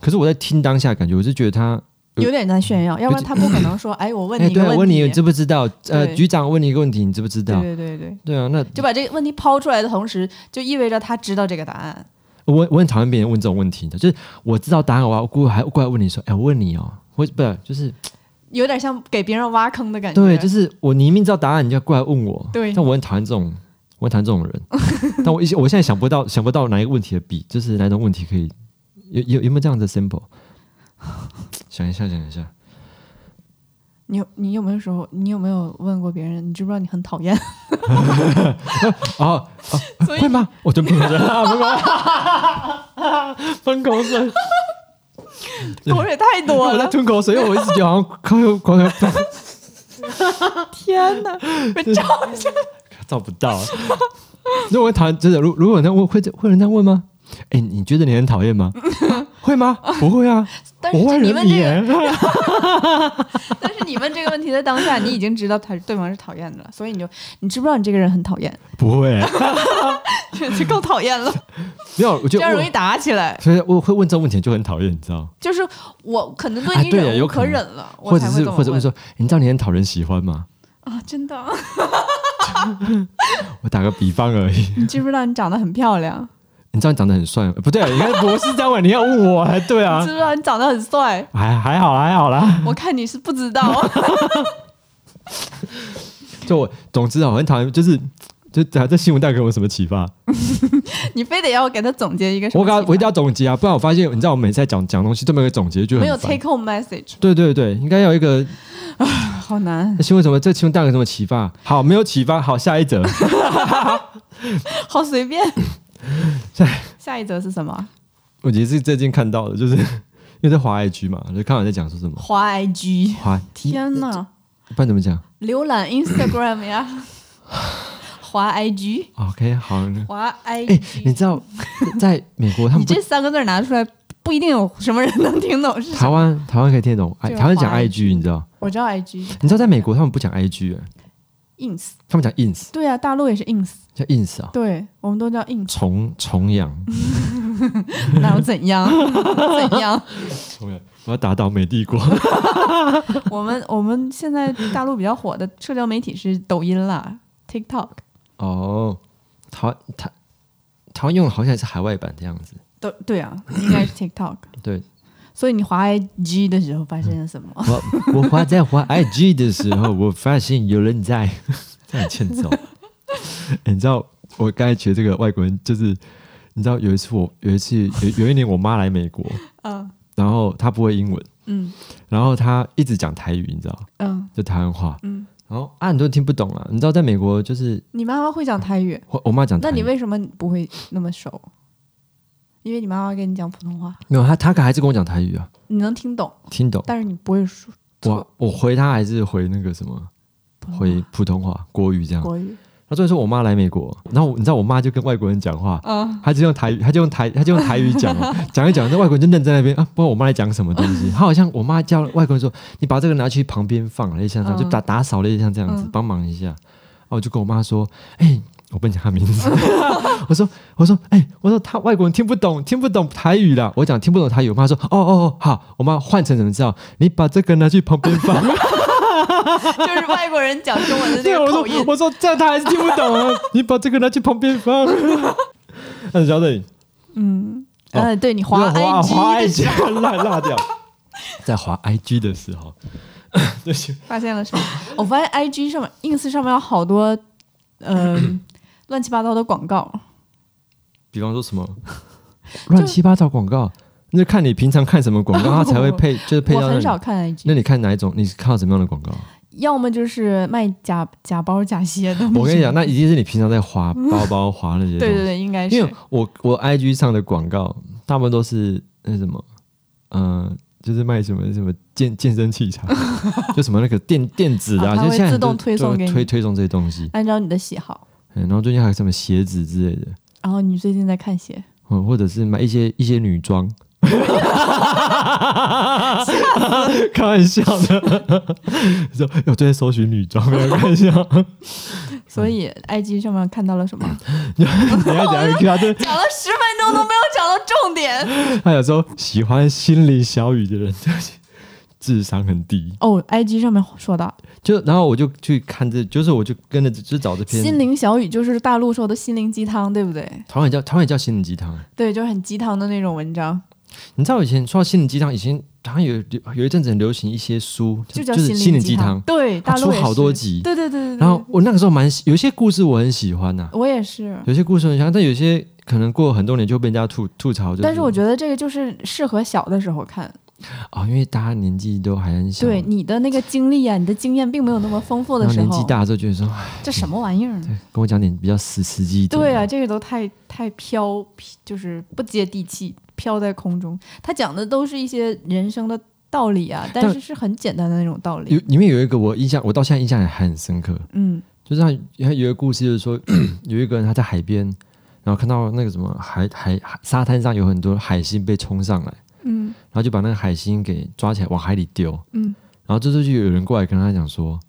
Speaker 1: 可是我在听当下，感觉我是觉得他，有
Speaker 2: 有点在炫耀，要不然
Speaker 1: [LAUGHS]
Speaker 2: 他不可能说，哎，我问
Speaker 1: 呃哎，
Speaker 2: 你一
Speaker 1: 对
Speaker 2: 个
Speaker 1: 啊，问
Speaker 2: 题，
Speaker 1: 你你知不知道？呃，
Speaker 2: 对
Speaker 1: 局长问你一个问题，你知不知道？
Speaker 2: 对对对对，
Speaker 1: 对啊，那
Speaker 2: 就把这个问题抛出来的同时，就意味着他知道这个答案。
Speaker 1: 我我很讨厌别人问这种问题的，就是我知道答案，我要过来还过来问你说，哎，我问你哦，我不是就是
Speaker 2: 有点像给别人挖坑的感觉，
Speaker 1: 对，就是我你明知道答案，你就要过来问我，
Speaker 2: 对
Speaker 1: 但我很讨厌这种，我很讨厌这种人。 [LAUGHS] 但我一我现在想不到想不到哪一个问题的比，就是哪种问题可以有有有没有这样的 sample？想一下，想一下，
Speaker 2: 你有你有没有时候，你有没有问过别人，你知不知道你
Speaker 1: [LAUGHS]
Speaker 2: 很讨厌？ [LAUGHS]
Speaker 1: 哦，
Speaker 2: 所以
Speaker 1: 会吗？我就不 [LAUGHS] 能这样，不能啊喷口水。
Speaker 2: 口水太多
Speaker 1: 我在 [LAUGHS]
Speaker 2: 了，
Speaker 1: 吞口水，因为我一直觉得好像快要快要。[LAUGHS]
Speaker 2: 天哪，被照
Speaker 1: 找不到。如果我讨厌，真的，如如果有人这样问，会这会有人这样问吗？哎，你觉得你很讨厌吗？会吗？不会
Speaker 2: [LAUGHS]
Speaker 1: 啊，
Speaker 2: 但
Speaker 1: 我
Speaker 2: 是
Speaker 1: 万
Speaker 2: 你
Speaker 1: 人
Speaker 2: 问这
Speaker 1: 迷 [LAUGHS]
Speaker 2: 个，
Speaker 1: 耶。
Speaker 2: 但是你问这个问题的当下，你已经知道他对方是讨厌的了，所以你就你知不知道你这个人很讨厌，
Speaker 1: 不
Speaker 2: [LAUGHS]
Speaker 1: 会，
Speaker 2: 就够讨厌了，
Speaker 1: 没有，我就
Speaker 2: 这样容易
Speaker 1: 问，
Speaker 2: 打起来。
Speaker 1: 所以我会问这种问题就很讨厌，你知道？
Speaker 2: 就是我可能对
Speaker 1: 哎
Speaker 2: 你
Speaker 1: 对呀
Speaker 2: 忍
Speaker 1: 有
Speaker 2: 无
Speaker 1: 可能
Speaker 2: 忍了，我
Speaker 1: 或者
Speaker 2: 才会
Speaker 1: 是
Speaker 2: 这么
Speaker 1: 或者问说，你知道你很讨人喜欢吗？
Speaker 2: 啊，真的，
Speaker 1: 我打个比方而已。
Speaker 2: 你知不知道你长得很漂亮？你
Speaker 1: 你知道你长得很帅吗，呃不对，你看博士这样问，你要问我，哎对啊
Speaker 2: [LAUGHS] 知，不知道你长得很帅？
Speaker 1: 还还好还好啦。
Speaker 2: 我看你是不知道。
Speaker 1: [LAUGHS] 就我总之啊，我很讨厌，就是就这这新闻带给我什么启发？
Speaker 2: 你非得要给他总结一个什么
Speaker 1: 我刚
Speaker 2: 启发
Speaker 1: 我一定要总结啊，不然我发现你知道我每次在讲讲东西都没有一个总结，就
Speaker 2: 没有
Speaker 1: 很烦。
Speaker 2: take home message，
Speaker 1: 对对对，应该要有一个
Speaker 2: 好难，
Speaker 1: 新闻什么？这新闻带给我什么启发？好，没有启发，好，下一
Speaker 2: [LAUGHS]
Speaker 1: 则。
Speaker 2: 好随便。
Speaker 1: [LAUGHS]
Speaker 2: 下一则是什么？
Speaker 1: 我也是最近看到的，就是因为在华 IG 嘛，就看我在讲说什么
Speaker 2: 花 IG，
Speaker 1: 华，
Speaker 2: 天哪！
Speaker 1: 不然怎么讲
Speaker 2: 浏览
Speaker 1: [LAUGHS]
Speaker 2: Instagram 呀，滑 IG，
Speaker 1: ？OK，好。
Speaker 2: 滑
Speaker 1: 哎、你
Speaker 2: IG，
Speaker 1: 知道 [LAUGHS] 在美国他
Speaker 2: 你
Speaker 1: 们不
Speaker 2: 这三个字拿出来，不一定有什么人能听懂。是
Speaker 1: 台湾台湾可以听得懂，哎，
Speaker 2: 就是
Speaker 1: 台湾讲
Speaker 2: 华
Speaker 1: IG，你知道？
Speaker 2: 我知道 IG
Speaker 1: 你知道在美国他们不讲 IG，、哎
Speaker 2: ins，
Speaker 1: 他们讲 ins，
Speaker 2: 对啊，大陆也是 ins，
Speaker 1: 叫 ins 啊，
Speaker 2: 对我们都叫 ins，
Speaker 1: 重重阳，
Speaker 2: 那又怎
Speaker 1: [LAUGHS]
Speaker 2: 样？怎样？
Speaker 1: 重阳，我要打倒美帝国。 [LAUGHS]
Speaker 2: 我们我们现在大陆比较火的社交媒体是抖音啦，TikTok。
Speaker 1: 哦，台湾台台湾用的好像也是海外版的样子，
Speaker 2: 都对啊，应该是 TikTok。
Speaker 1: 对。
Speaker 2: 所以你滑 IG 的时候发生了什么？
Speaker 1: 我我滑在滑 IG 的时候，我发现有人在， [LAUGHS] 这很欠揍。欸 [LAUGHS] 你知道我刚才学这个外国人，就是你知道有一次我有一次有有一年我妈来美国，
Speaker 2: [LAUGHS] 嗯
Speaker 1: 然后她不会英文，
Speaker 2: 嗯
Speaker 1: 然后她一直讲台语，你知道，
Speaker 2: 嗯
Speaker 1: 就台湾话，
Speaker 2: 嗯，
Speaker 1: 然后啊很多人听不懂啊。你知道在美国就是
Speaker 2: 你妈妈会讲泰语，
Speaker 1: 我我妈讲台
Speaker 2: 那
Speaker 1: 语，
Speaker 2: 你为什么不会那么熟？因为你妈妈跟你讲普通话，
Speaker 1: 没有她她还是跟我讲台语啊，
Speaker 2: 你能听懂，
Speaker 1: 听懂。
Speaker 2: 但是你不
Speaker 1: [LAUGHS]
Speaker 2: 会说
Speaker 1: 我我回她还是回那个什么
Speaker 2: 普通话
Speaker 1: 回普通话国语这样。
Speaker 2: 国语。
Speaker 1: 她最后说我妈来美国，然后我你知道我妈就跟外国人讲话，
Speaker 2: 嗯，
Speaker 1: 他就用台语，他就用台，他就用台语讲
Speaker 2: [LAUGHS]
Speaker 1: 哦，讲一讲，那外国人就愣在那边啊，不知道我妈在讲什么东西。他好像我妈叫外国人说：“你把这个拿去旁边放，类似像这样，
Speaker 2: 嗯
Speaker 1: 就打打扫类似像这样子
Speaker 2: 嗯，
Speaker 1: 帮忙一下。”然后我就跟我妈说：“哎、我不能讲她名
Speaker 2: [LAUGHS]
Speaker 1: 字。”我说：“我说，哎、我说他外国人听不懂，听不懂台语啦。”我讲听不懂台语，我妈说：“哦哦哦，好，我妈换成什么知道？你把这个拿去旁边放。”
Speaker 2: 就是外国人讲中文的
Speaker 1: 对，啊
Speaker 2: 那
Speaker 1: 我
Speaker 2: 个口
Speaker 1: 说
Speaker 2: 音。
Speaker 1: 我说这样他还是听不懂啊，
Speaker 2: [LAUGHS]
Speaker 1: 你把这个拿去旁边 [LAUGHS] 放。那小磊。
Speaker 2: 嗯，
Speaker 1: 哦
Speaker 2: 哎，对你滑
Speaker 1: 滑
Speaker 2: [LAUGHS]
Speaker 1: 滑
Speaker 2: IG 的时
Speaker 1: IG [LAUGHS] 落落掉，在滑 IG 的时候， [LAUGHS] 对不起，
Speaker 2: 候发现了什么？我发现 IG 上面、ins 上面有好多嗯乱七八糟的广告。
Speaker 1: 比方说什么 [LAUGHS] 乱七八糟广告，那就看你平常看什么广
Speaker 2: [LAUGHS]
Speaker 1: 告，它才会配，就是 [CLEARS THROAT] 配
Speaker 2: 我
Speaker 1: 到那
Speaker 2: 很少
Speaker 1: 里。
Speaker 2: 看 IG，
Speaker 1: 那你看哪一种？你是看到什么样的
Speaker 2: [LAUGHS]
Speaker 1: 广告？
Speaker 2: 要么就是卖假假包假鞋的。
Speaker 1: 我跟你讲，，那一定是你平常在滑包包、滑那些东
Speaker 2: 对对
Speaker 1: 西。
Speaker 2: 对，应该
Speaker 1: 因为
Speaker 2: 是
Speaker 1: 我我 IG 上的广告，大部分都是那什么，嗯，就是卖什么什么健健身器
Speaker 2: [LAUGHS]
Speaker 1: 材，就什么那个电电子的
Speaker 2: 啊
Speaker 1: 啊，
Speaker 2: 它
Speaker 1: 就
Speaker 2: 会
Speaker 1: 现在
Speaker 2: 自
Speaker 1: 很多
Speaker 2: 动推送
Speaker 1: 都会
Speaker 2: 给你
Speaker 1: 推推送这些东西。
Speaker 2: 按照你的喜好。
Speaker 1: 嗯，然后最近还有什么鞋子之类的，
Speaker 2: 然后你最近在看鞋，
Speaker 1: 嗯，或者是买一些一些女装。 [LAUGHS] 开玩笑的， [LAUGHS] 说我最近搜寻女装，没有开玩笑。 [LAUGHS] 嗯
Speaker 2: 所以 IG 上面看到了什么？
Speaker 1: 你要讲一个，他就
Speaker 2: 讲了十分钟都没有讲到重点。
Speaker 1: 他有时候喜欢心灵小雨的人， [LAUGHS] 对不起智商很低。
Speaker 2: 哦，IG 上面说到
Speaker 1: 就然后我就去看这，就是我就跟着就找这篇
Speaker 2: 心灵小语，就是大陆说的心灵鸡汤，对不对？
Speaker 1: 台湾也叫台湾也叫心灵鸡汤。
Speaker 2: 对，就是很鸡汤的那种文章，
Speaker 1: 你知道以前说到心灵鸡汤，以前好像有有一阵子很流行一些书，
Speaker 2: 就叫
Speaker 1: 就是心灵
Speaker 2: 灵
Speaker 1: 鸡
Speaker 2: 汤
Speaker 1: 汤。，
Speaker 2: 对，
Speaker 1: 它
Speaker 2: 大
Speaker 1: 出
Speaker 2: 陆也
Speaker 1: 好多
Speaker 2: 是
Speaker 1: 集，
Speaker 2: 对对对对对。
Speaker 1: 然后我那个时候蛮喜有些故事我很喜欢呐、
Speaker 2: 我也是，
Speaker 1: 有些故事很喜欢，但有些可能过很多年就被人家吐吐槽、就是。
Speaker 2: 但是我觉得这个就是适合小的时候看。
Speaker 1: 哦，因为大家年纪都还很小，
Speaker 2: 对你的那个经历啊，你的经验并没有那么丰富
Speaker 1: 然
Speaker 2: 的
Speaker 1: 后
Speaker 2: 时候，
Speaker 1: 年纪大之后觉得说，哎
Speaker 2: 这什么玩意儿？
Speaker 1: 跟我讲点比较实实际一点。
Speaker 2: 对啊，，这个都太太飘，就是不接地气，飘在空中。他讲的都是一些人生的道理啊，但
Speaker 1: 但
Speaker 2: 是是很简单的那种道
Speaker 1: 有
Speaker 2: 理。
Speaker 1: 里面有一个我印象，我到现在印象还很深刻， [LAUGHS]
Speaker 2: 嗯
Speaker 1: 就是他他有一个故事，就是说 [CLEARS THROAT] 有一个人他在海边，然后看到那个什么海海海沙滩上有很多海星被冲上来，
Speaker 2: 嗯
Speaker 1: 然后就把那个海星给抓起来往海里丢，
Speaker 2: 嗯
Speaker 1: 然后这时候就有人过来跟他讲说，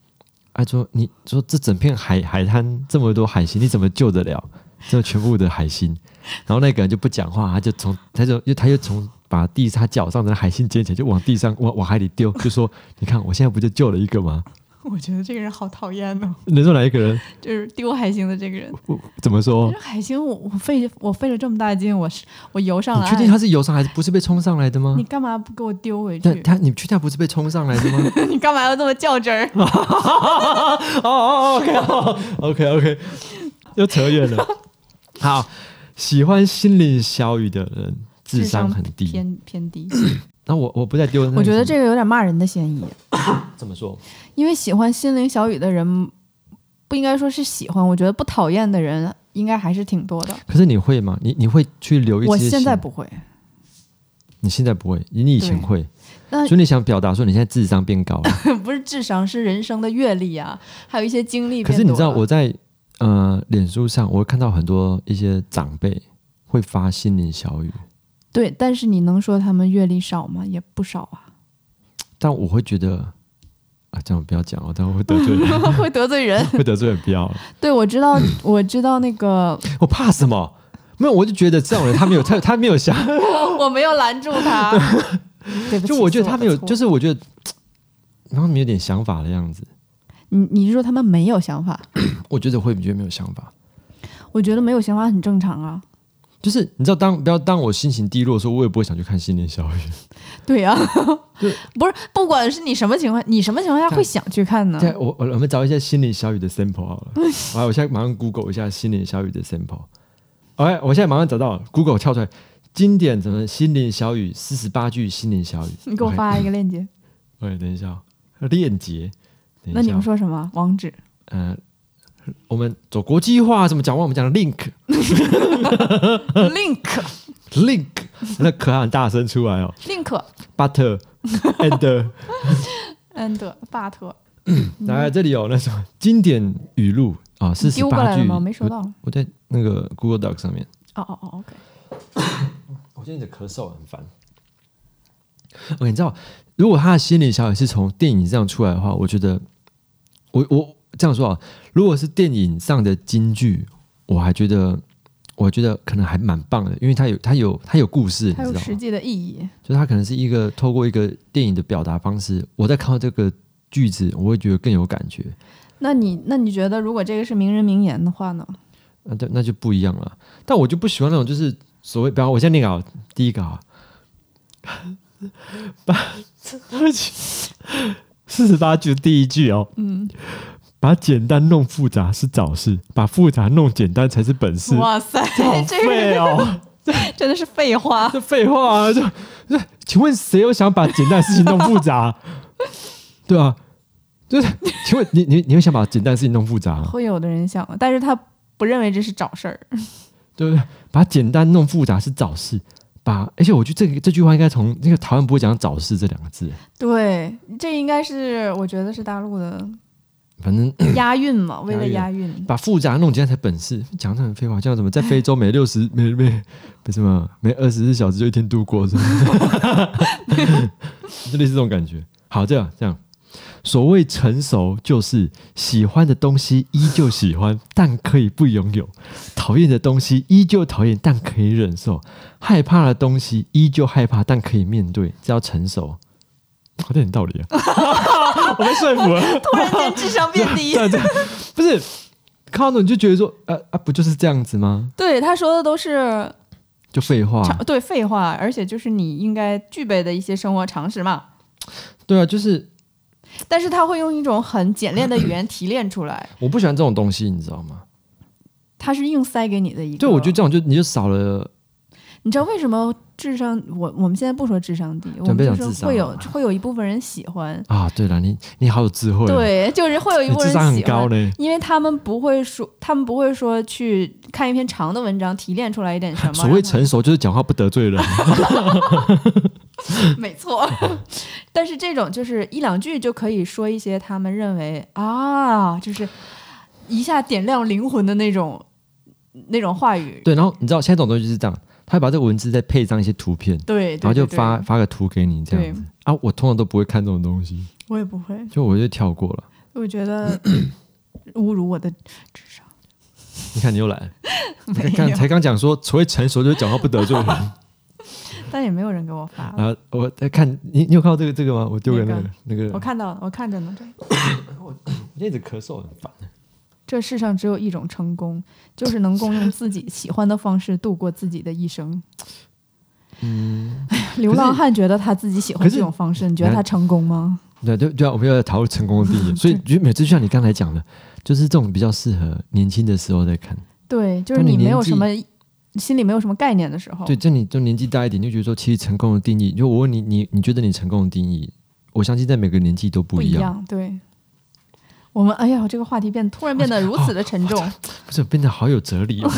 Speaker 1: 哎、说你说这整片海海滩这么多海星，你怎么救得了这全部的海星？然后那个人就不讲话，他就从他就又他又从把地他脚上的海星捡起来，就往地上往往海里丢，就说你看我现在不就救了一个吗？
Speaker 2: 我觉得这个人好讨厌呢、
Speaker 1: 能说哪一个人？
Speaker 2: 就是丢海星的这个人。
Speaker 1: 哦我怎么说
Speaker 2: 这？海星我，我费我费了这么大劲，我是我游上
Speaker 1: 你
Speaker 2: 来，
Speaker 1: 确定他是游上来，不是被冲上来的吗
Speaker 2: 哦哎你？干嘛不给我丢回
Speaker 1: 但
Speaker 2: 去？
Speaker 1: 他你确定他不是被冲上来的
Speaker 2: [LAUGHS]
Speaker 1: 吗？
Speaker 2: 你干嘛要这么较真儿？
Speaker 1: 哦哦哦，OK OK OK，又扯远了。好，喜欢心灵小语的人智商很低。
Speaker 2: 偏偏低。
Speaker 1: [CLEARS THROAT] 那我我不再丢人。
Speaker 2: 我觉得这个有点骂人的嫌疑，
Speaker 1: 怎么说？
Speaker 2: 因为喜欢心灵小雨的人，不应该说是喜欢，我觉得不讨厌的人应该还是挺多的。
Speaker 1: 可是你会吗？你你会去留意？
Speaker 2: 我现在，不会， [LAUGHS]
Speaker 1: 你现在不会，你以前会。
Speaker 2: 那
Speaker 1: 所以你想表达说你现在智商变高了。
Speaker 2: 不是智商，是人生的阅历啊，还有一些经历
Speaker 1: 可
Speaker 2: 变多了。啊
Speaker 1: 是你知道我在呃脸书上，我会看到很多一些长辈会发心灵小语，
Speaker 2: [LAUGHS] 对，但是你能说他们阅历少吗？也不少
Speaker 1: [LAUGHS]
Speaker 2: 啊，
Speaker 1: 但我会觉得啊，这样不要讲哦，但我会得罪
Speaker 2: [LAUGHS]
Speaker 1: 人，
Speaker 2: 会得罪
Speaker 1: [LAUGHS]
Speaker 2: 人。
Speaker 1: 会得罪人，不要了。
Speaker 2: 对，我知道，我知道那
Speaker 1: [LAUGHS]
Speaker 2: 个，
Speaker 1: 我怕什么？没有，我就觉得这种人他没有他他没有想，
Speaker 2: [LAUGHS] 我没有拦住
Speaker 1: [LAUGHS]
Speaker 2: 他。对不起，
Speaker 1: 就我觉得他没有，
Speaker 2: 是我的错
Speaker 1: 就是我觉得，然后没有点想法的样子，
Speaker 2: 你你是说他们没有想法？
Speaker 1: 我觉得会觉得没有想法。
Speaker 2: 我觉得没有想法很正常啊。
Speaker 1: 就是你知道当，不要当我心情低落的时候，我也不会想去看心灵小语。
Speaker 2: 嗯对呀、
Speaker 1: 对啊
Speaker 2: [LAUGHS] 不是，不管是你什么情况，你什么情况下会想去看呢？
Speaker 1: 对，我我我们找一些心灵小语的 sample 好
Speaker 2: [LAUGHS]
Speaker 1: 了。好，我现在马上 Google 一下心灵小语的 sample。哎，我现在马上找到了，Google 跳出来经典怎么心灵小语四十八句心灵小语。
Speaker 2: [LAUGHS] 你给我
Speaker 1: OK，
Speaker 2: 发一个链接。
Speaker 1: 哎，等一下哦，链接。等一
Speaker 2: 那你
Speaker 1: 下
Speaker 2: 们
Speaker 1: 哦
Speaker 2: 说什么
Speaker 1: [LAUGHS]
Speaker 2: 网址？
Speaker 1: 呃，我们走国际化怎么讲？我们讲 link [LAUGHS]
Speaker 2: link [LAUGHS]
Speaker 1: link，那可很大声出来哦。
Speaker 2: link [LAUGHS]
Speaker 1: But and
Speaker 2: and but
Speaker 1: 来这里有那什么经典语录啊， [LAUGHS] 四十
Speaker 2: 丢过
Speaker 1: 八
Speaker 2: 来
Speaker 1: 句
Speaker 2: 了吗？没收。到。
Speaker 1: 我我在那个 Google Doc 上面。
Speaker 2: 哦哦哦，OK。
Speaker 1: 我现在的咳嗽很烦。OK，你知道，如果他的心理小语是从电影上出来的话，我觉得，我我这样说啊，如果是电影上的金句，我还觉得，我觉得可能还蛮棒的，因为它有它有它有故事，你
Speaker 2: 它
Speaker 1: 知道
Speaker 2: 有
Speaker 1: 吗？
Speaker 2: 实际的意义。
Speaker 1: 就是它可能是一个透过一个电影的表达方式，我在看到这个句子，我会觉得更有感觉。
Speaker 2: 那你那你觉得，如果这个是名人名言的话呢？
Speaker 1: 那就那就不一样了。但我就不喜欢那种就是所谓，比方我先念稿，第一稿啊，把对不起，四十八句第一句哦，嗯，把简单弄复杂是早事，把复杂弄简单才是本事。
Speaker 2: 哇塞
Speaker 1: 这好，
Speaker 2: 这
Speaker 1: 废哦，
Speaker 2: 个 [LAUGHS] 真的是废话。
Speaker 1: 这废话啊！就就请问谁有想把简单的事情弄复杂？ [LAUGHS] 对啊，就是请问你你你会想把简单的事情弄复杂、吗？
Speaker 2: 会有的人想，但是他不认为这是找事儿。
Speaker 1: 对不对？把简单弄复杂是找事，把而且我觉得这个这句话应该从那个台湾不会讲“找事”这两个字，
Speaker 2: 对，这应该是我觉得是大陆的
Speaker 1: 反正
Speaker 2: 押
Speaker 1: [CLEARS THROAT]
Speaker 2: 韵嘛，为了
Speaker 1: 押
Speaker 2: 押韵。
Speaker 1: 把复杂弄简单才本事。讲这很废话，这样怎么在非洲每六十每每不是嘛，每二十四小时就一天度过，是吧？ [LAUGHS] 就类似这种感觉。好，这样这样。所谓成熟，就是喜欢的东西依旧喜欢，但可以不拥有；讨厌的东西依旧讨厌，但可以忍受；害怕的东西依旧害怕，但可以面对。这叫成熟，好像有点道理啊！我被说服了。
Speaker 2: 突然间智商变
Speaker 1: [LAUGHS]
Speaker 2: 低。
Speaker 1: 对对，不是看到那种就觉得说，呃啊，不就是这样子吗？
Speaker 2: 对，他说的都是
Speaker 1: 就废话，
Speaker 2: 常对废话，而且就是你应该具备的一些生活常识嘛。
Speaker 1: 对啊，就是
Speaker 2: 但是他会用一种很简练的语言提炼出来，
Speaker 1: 我不喜欢这种东西，你知道吗？
Speaker 2: 他是硬塞给你的一个。
Speaker 1: 对，我觉得这种就你就少了，
Speaker 2: 你知道为什么智商？我我们现在不说智商低，我
Speaker 1: 别
Speaker 2: 们
Speaker 1: 讲
Speaker 2: 就
Speaker 1: 智
Speaker 2: 是
Speaker 1: 商啊
Speaker 2: 会有
Speaker 1: 了
Speaker 2: 会有一部分人喜欢，
Speaker 1: 啊。对了，你你好有智慧，，哦
Speaker 2: 对，就是会有一
Speaker 1: 你
Speaker 2: 部分
Speaker 1: 智
Speaker 2: 人
Speaker 1: 商很
Speaker 2: 喜
Speaker 1: 高
Speaker 2: 欢。
Speaker 1: 呢。 [LAUGHS]
Speaker 2: 因为他们不会说，他们不会说去看一篇长的文章提炼出来一点什么。
Speaker 1: 所谓
Speaker 2: 然后 [LAUGHS]
Speaker 1: 成熟，就是讲话不得罪人。 [LAUGHS]
Speaker 2: 没错。 [LAUGHS] 但是这种就是一两句就可以说一些他们认为啊，就是一下点亮灵魂的那种那种话语。
Speaker 1: 对，然后你知道现在这种东西就是这样，他会把这个文字再配上一些图片，
Speaker 2: 对，
Speaker 1: 然后
Speaker 2: 对
Speaker 1: 就发，
Speaker 2: 对对
Speaker 1: 发个图给你这样子啊。我通常都不会看这种东西，
Speaker 2: 我也不会，
Speaker 1: 就我就跳过了。
Speaker 2: 我
Speaker 1: [COUGHS]
Speaker 2: 觉得侮辱我的智商。
Speaker 1: 你看你又来了，
Speaker 2: [LAUGHS] 没
Speaker 1: 看
Speaker 2: 有，
Speaker 1: 才刚讲说所谓成熟就是讲话不得罪人啊。
Speaker 2: 但也没有人给我发。
Speaker 1: 我在看你，你有看到这个这个吗？我丢给那个那个，
Speaker 2: 我看到了，我看着呢。
Speaker 1: 我一直咳嗽很烦。
Speaker 2: 这世上只有一种成功，就是能够用自己喜欢的方式度过自己的一生。嗯， [LAUGHS] 流浪汉觉得他自己喜欢这种方式，你觉得他成功吗？
Speaker 1: 对对对啊，我们要讨论成功的定义，所以就每次就像你刚才讲的，就是这种比较适合年轻的时候在看。
Speaker 2: 对，就是
Speaker 1: 当你
Speaker 2: 你没
Speaker 1: 年
Speaker 2: 有
Speaker 1: 纪
Speaker 2: 什么心里没有什么概念的时候，
Speaker 1: 对，这你就年纪大一点，就觉得说，其实成功的定义，就我问你，你你觉得你成功的定义，我相信在每个年纪都
Speaker 2: 不
Speaker 1: 不一样。
Speaker 2: 样。对，我们哎呀，这个话题变突然变得如此的沉
Speaker 1: 哦
Speaker 2: 重，
Speaker 1: 不是变得好有哲
Speaker 2: [LAUGHS]
Speaker 1: 理哦。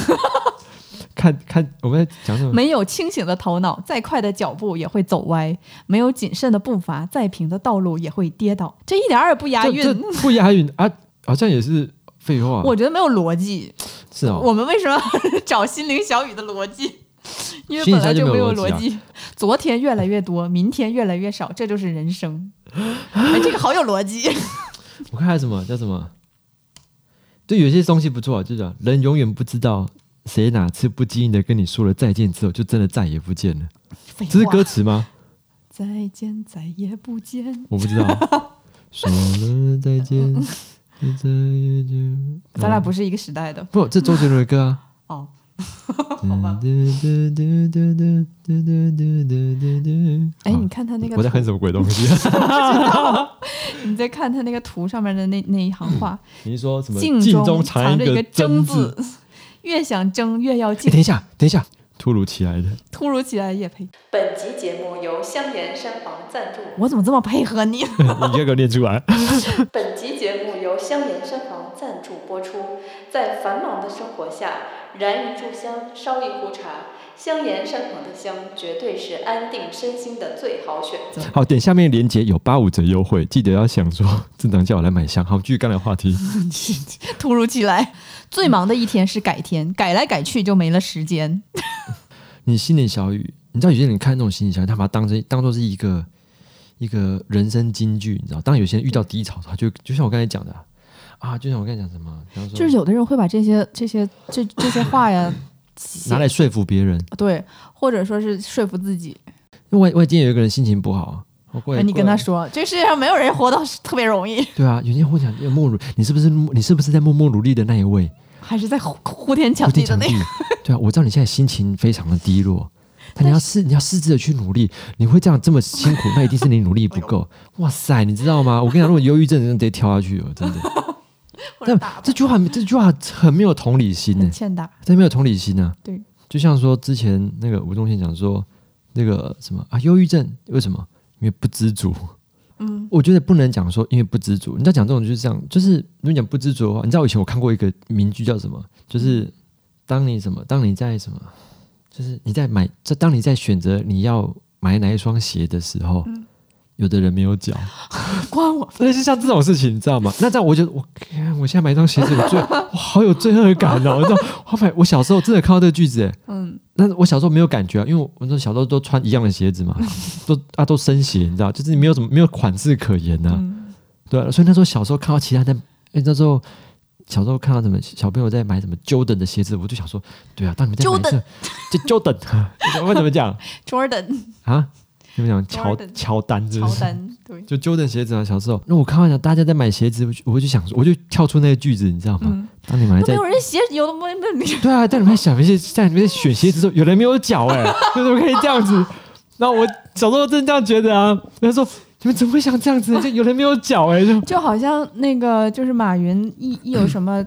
Speaker 1: 看看我们在讲什么？
Speaker 2: 没有清醒的头脑，再快的脚步也会走歪；没有谨慎的步伐，再平的道路也会跌倒。这一点儿也不押
Speaker 1: 这
Speaker 2: 韵
Speaker 1: 这，不押韵啊，好像也是废话。
Speaker 2: 我觉得没有逻辑。
Speaker 1: 是哦，
Speaker 2: 我们为什么要 [LAUGHS] 找心灵小雨的逻辑？因为
Speaker 1: 心灵
Speaker 2: 本
Speaker 1: 小
Speaker 2: 来
Speaker 1: 雨
Speaker 2: 就
Speaker 1: 没有
Speaker 2: 有
Speaker 1: 逻辑
Speaker 2: 逻
Speaker 1: 啊
Speaker 2: 辑。昨天越来越多，明天越来越少，这就是人生。哎，这个好有逻辑。 [LAUGHS]
Speaker 1: 我看还有什么叫什么？对，有些东西不错，就是啊人永远不知道谁哪次不经意的跟你说了再见之后，就真的再也不见了。
Speaker 2: 废
Speaker 1: 这是
Speaker 2: 话
Speaker 1: 歌词吗？
Speaker 2: 再见，再也不见。
Speaker 1: 我不知道。
Speaker 2: [LAUGHS]
Speaker 1: 说了再见，就再也见。
Speaker 2: 咱俩不是一个时代的
Speaker 1: 不，这周杰伦的歌啊。
Speaker 2: [LAUGHS] 哦。
Speaker 1: 好 [LAUGHS] 吧。哎
Speaker 2: 哎，你看他那个
Speaker 1: 我在
Speaker 2: 图，
Speaker 1: 哼什么鬼东西、啊？
Speaker 2: [LAUGHS] 你再看他那个图上面的那那一行话，
Speaker 1: 你是说什嗯么？
Speaker 2: 镜
Speaker 1: 中
Speaker 2: 藏着
Speaker 1: 一
Speaker 2: 一个
Speaker 1: 争
Speaker 2: 争字。， [LAUGHS] 越想争越要
Speaker 1: 哎，
Speaker 2: 静。
Speaker 1: 等一下，等一下，突如其
Speaker 2: [LAUGHS]
Speaker 1: 来的。
Speaker 2: 突如其来的夜陪，
Speaker 3: 本集节目由香园山房赞助。
Speaker 2: 我怎么这么配
Speaker 1: [LAUGHS]
Speaker 2: 合你？
Speaker 1: 你这个念出来，
Speaker 3: 本集节目由香园山房赞助播出。在繁忙的生活下，燃一炷香，烧一壶茶，香园山房的香绝对是安定身心的最好选择。
Speaker 1: 好，点下面链接有八五折优惠，记得要想说正常叫我来买香。好，继续刚才话题，
Speaker 2: 突如其来，最忙的一天是改天，改来改去就没了时间。
Speaker 1: 你心灵小雨，你知道有些人看那种心灵小雨，他把它当成当做是一个一个人生金句，你知道？当有些人遇到低潮，他就就像我刚才讲的啊啊，就像我刚才讲什么，比方说
Speaker 2: 就是有的人会把这些、这些、这这些话呀，写
Speaker 1: 拿来说服别人。
Speaker 2: 对，或者说是说服自己。
Speaker 1: 因为我我今天有一个人心情不好，我过来、
Speaker 2: 哎你跟
Speaker 1: 过
Speaker 2: 他
Speaker 1: 来
Speaker 2: 说，这世界上没有人活到特别容易，
Speaker 1: 对啊，有些人会讲有默努，你是不是你是不是在默默努力的那一位？
Speaker 2: 还是在呼呼天抢
Speaker 1: 我
Speaker 2: 地
Speaker 1: 挺强
Speaker 2: 的那
Speaker 1: 地 [LAUGHS]
Speaker 2: 个。，
Speaker 1: 对啊，我知道你现在心情非常的低落，但你要试你要试着去努力，你会这样这么辛苦，那一定是你努力不
Speaker 2: [LAUGHS]
Speaker 1: 够。
Speaker 2: 哎
Speaker 1: 哇塞，你知道吗？我跟你讲，如果忧郁症真的得跳下去了，
Speaker 2: [LAUGHS]
Speaker 1: 真的。
Speaker 2: 或者
Speaker 1: 但
Speaker 2: 打
Speaker 1: 这句话这句话很没有同理心呢、
Speaker 2: 很欠打。
Speaker 1: 真没有同理心啊。
Speaker 2: 对，
Speaker 1: 就像说之前那个吴宗宪讲说，那个什么啊，忧郁症为什么？因为不知足。
Speaker 2: 嗯，
Speaker 1: 我觉得不能讲说因为不知足，你知道讲这种就是这样，就是如果讲不知足的话，你知道我以前我看过一个名句叫什么？
Speaker 2: 嗯
Speaker 1: 就是当你什么，当你在什么，就是你在买，这当你在选择你要买哪一双鞋的时候，
Speaker 2: 嗯
Speaker 1: 有的人没有脚，
Speaker 2: 关我
Speaker 1: 那就像这种事情，你知道吗？那这样我就我看我现在买一双鞋子，我罪我好有罪恶感哦。你知道，我买我小时候真的看到这个句子，嗯，但是我小时候没有感觉啊，因为我我那小时候都穿一样的鞋子嘛，都啊都生鞋，你知道，就是没有什么没有款式可言呐、
Speaker 2: 嗯
Speaker 1: 对、啊，所以那时候小时候看到其他人在，因为那时候。小时候看到什么小朋友在买什么 Jordan 的鞋子，我就想说，对啊，当你们在买
Speaker 2: Jordan
Speaker 1: 这就 Jordan，我 [LAUGHS] 们怎么讲
Speaker 2: Jordan
Speaker 1: 啊？你们讲乔
Speaker 2: Jordan
Speaker 1: 乔丹是不
Speaker 2: 乔
Speaker 1: 是？
Speaker 2: 丹，对，
Speaker 1: 就 Jordan 鞋子啊，小时候，那我看到讲大家在买鞋子，我就我就想说，我就跳出那个句子，你知道吗？当你们还
Speaker 2: 都嗯没
Speaker 1: 在
Speaker 2: 有人写，有的没没没
Speaker 1: 对啊，当你们在想一些，在你们在选鞋子的时候，有人没有脚哎、 [LAUGHS] 为什么可以这样子？那我小时候真的这样觉得啊，他说你们怎么会想这样子？就有人没有脚哎、就
Speaker 2: 就好像那个就是马云一一有什 [CLEARS THROAT] 么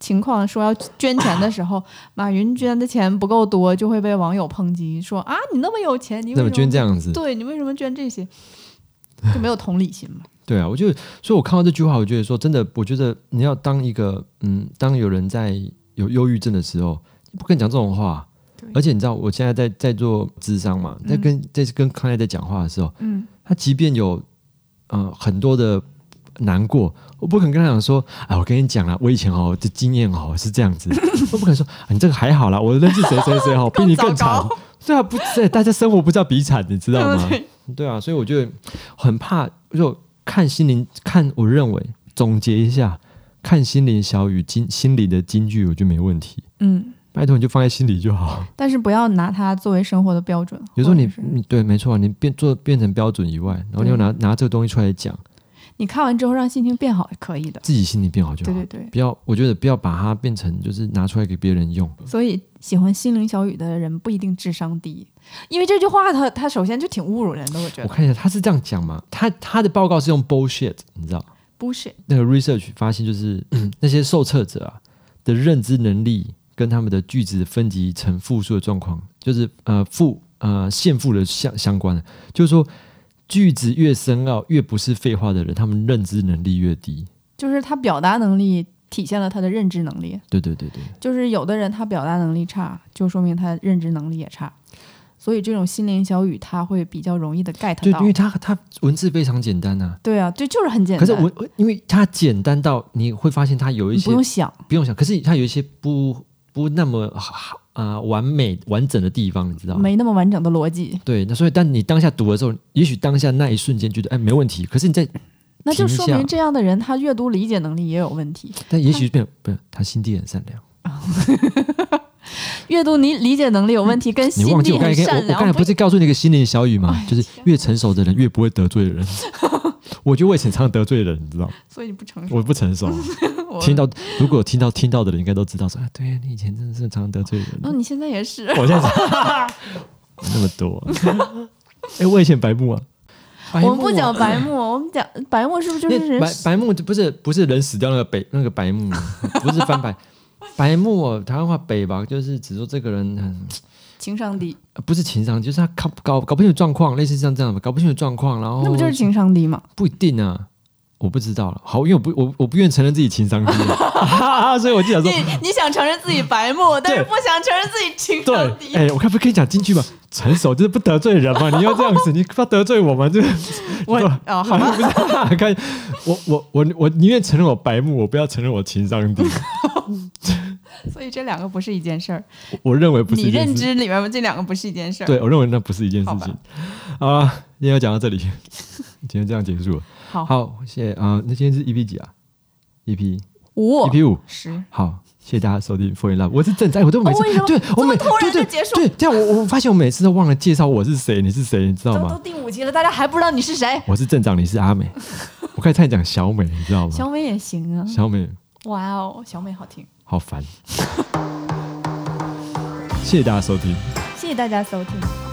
Speaker 2: 情况说要捐钱的时 [CLEARS THROAT] 候，马云捐的钱不够多，就会被网友抨击说啊，你那么有钱，你为
Speaker 1: 怎
Speaker 2: 什
Speaker 1: 么
Speaker 2: 么
Speaker 1: 捐这？样子？
Speaker 2: 对你为什么捐这些？就没有同理 [LAUGHS] 心嘛？
Speaker 1: 对啊，我就所以，我看到这句话，我觉得说真的，我觉得你要当一个嗯，当有人在有忧郁症的时候，不跟你讲这种话，
Speaker 2: 对
Speaker 1: 而且你知道，我现在在在做智商嘛，在跟在跟康奈在讲话的时候，
Speaker 2: 嗯，
Speaker 1: 他即便有呃很多的难过，我不肯跟他讲说，哎，我跟你讲啦，我以前哦的经验哦是这样子， [LAUGHS] 我不肯说、啊你这个还好啦，我认识谁谁谁哦比你更
Speaker 2: 糟 [LAUGHS]
Speaker 1: 惨
Speaker 2: 糕，
Speaker 1: 对啊，不是大家生活不叫比惨，你知道吗？
Speaker 2: [LAUGHS] 对
Speaker 1: 对啊，所以我觉得很怕，就看心灵，看我认为总结一下，看心灵小语金心理的金句，我觉得没问题。
Speaker 2: 嗯，
Speaker 1: 拜托你就放在心里就好。
Speaker 2: 但是不要拿它作为生活的标准。
Speaker 1: 有时候
Speaker 2: 哦或
Speaker 1: 你
Speaker 2: 者是
Speaker 1: 你对，没错，啊你变做变成标准以外，然后你又拿拿这个东西出来讲，
Speaker 2: 你看完之后让心情变好，可以的。
Speaker 1: 自己心里变好就好。
Speaker 2: 对对对，
Speaker 1: 不要，我觉得不要把它变成就是拿出来给别人用。
Speaker 2: 所以喜欢心灵小语的人不一定智商低，因为这句话它它首先就挺侮辱人的，我觉
Speaker 1: 我
Speaker 2: 得。
Speaker 1: 看一下，他是这样讲嘛？他他的报告是用 bullshit，你知道？
Speaker 2: bullshit，
Speaker 1: 那个 research 发现，就是、嗯 [CLEARS THROAT] 那些受测者啊的认知能力跟他们的句子分级成复数的状况，就是呃复呃现复的相相关的，就是说句子越深奥越不是废话的人，他们认知能力越低。
Speaker 2: 就是他表达能力体现了他的认知能力。
Speaker 1: 对对对对，
Speaker 2: 就是有的人他表达能力差，就说明他认知能力也差，所以这种心灵小语他会比较容易的 get
Speaker 1: 对，
Speaker 2: 到
Speaker 1: 因。为他他文字非常简单啊，
Speaker 2: 对啊，这就是很简
Speaker 1: 可
Speaker 2: 单，
Speaker 1: 是文因为它简单到你会发现它有一
Speaker 2: 你
Speaker 1: 些
Speaker 2: 不用想。
Speaker 1: 不用想，可是它有一些不不那么好啊、完美完整的地方，你知道吗？
Speaker 2: 没那么完整的逻辑，
Speaker 1: 对，那所以，但你当下读的时候，也许当下那一瞬间觉得哎没问题，可是你在，
Speaker 2: 那就
Speaker 1: 停
Speaker 2: 说
Speaker 1: 下
Speaker 2: 明这样的人他阅读理解能力也有问题。
Speaker 1: 但也许变不是他心地很善良。
Speaker 2: 阅读你理解能力有问题，跟
Speaker 1: 嗯你
Speaker 2: 心
Speaker 1: 忘记
Speaker 2: 地
Speaker 1: 我刚
Speaker 2: 很
Speaker 1: 才跟我
Speaker 2: 善
Speaker 1: 我刚才
Speaker 2: 良哎
Speaker 1: 不是告诉你一个心灵小语吗？就是越成熟的人越不会得罪
Speaker 2: [LAUGHS]
Speaker 1: 人。我觉得我以前常常得罪人，你知道吗，
Speaker 2: 所以你不成熟。
Speaker 1: 我不成熟。啊
Speaker 2: [LAUGHS] 我
Speaker 1: 听，到如果听到听到的人应该都知道说，啊，对啊，你以前真的是常常得罪
Speaker 2: [LAUGHS]
Speaker 1: 人。
Speaker 2: 哦，你现在也是。
Speaker 1: 我现在是 [LAUGHS] 那么
Speaker 2: [LAUGHS]
Speaker 1: 多，哎、我以前白目啊，白目啊
Speaker 2: 我们不讲
Speaker 1: [LAUGHS]
Speaker 2: 白目，我们讲白目是不是就是
Speaker 1: 那
Speaker 2: 人
Speaker 1: 白白目不是不是人死掉那个北那个白目， [LAUGHS] 不是翻白白目、哦，台湾话北吧，就是只说这个人很
Speaker 2: 情商低？
Speaker 1: 呃不是情商，就是他搞搞搞不清楚状况，类似像这样的，搞不清楚状况，然后
Speaker 2: 那不就是情商低吗？
Speaker 1: 不一定啊。我不知道了，好，因为我不我我不愿意承认自己情商低， [LAUGHS] 所以我就想
Speaker 2: 你
Speaker 1: 说， [LAUGHS]
Speaker 2: 你想承认自己白目，但
Speaker 1: 对
Speaker 2: 是不想承认自己情
Speaker 1: 对
Speaker 2: 商低，。
Speaker 1: 哎、我看不跟你讲京剧吧，成熟就是不得罪人嘛，你要这样子，你怕得罪我吗？就
Speaker 2: 我
Speaker 1: [LAUGHS] 对
Speaker 2: 哦，好吧，
Speaker 1: 不是， [LAUGHS] 看我我我我宁愿承认我白目，我不要承认我情商低。
Speaker 2: 所以这两个不是一件事儿。
Speaker 1: 我我认为不是
Speaker 2: 你
Speaker 1: 一件
Speaker 2: 认
Speaker 1: 事，
Speaker 2: 知里面这两个不是一件事儿。，
Speaker 1: 对我认为那不是一件事
Speaker 2: 好吧
Speaker 1: 情。好啦，今天就讲到这里，今天这样结束了。
Speaker 2: 好
Speaker 1: 好，谢谢啊、那今天是 EP 几啊？EP
Speaker 2: 五
Speaker 1: EP 五。
Speaker 2: 十，
Speaker 1: 好，谢谢大家收听《f o r in Love》，我是正在，我都每次、
Speaker 2: 哦为什么
Speaker 1: 对我
Speaker 2: 这么
Speaker 1: 每
Speaker 2: 突然
Speaker 1: 对对
Speaker 2: 就结束
Speaker 1: 对，这样我我发现我每次都忘了介绍我是谁，你是谁，你知道
Speaker 2: 都都
Speaker 1: 吗？
Speaker 2: 第五集了，大家还不知道你是谁？
Speaker 1: 我是镇长，你是阿美，我刚才差点讲小美，你知道吗？
Speaker 2: 小美也行啊，
Speaker 1: 小美
Speaker 2: 哇哦，小美好听，
Speaker 1: 好烦。谢谢大家收听。
Speaker 2: 谢谢大家收听，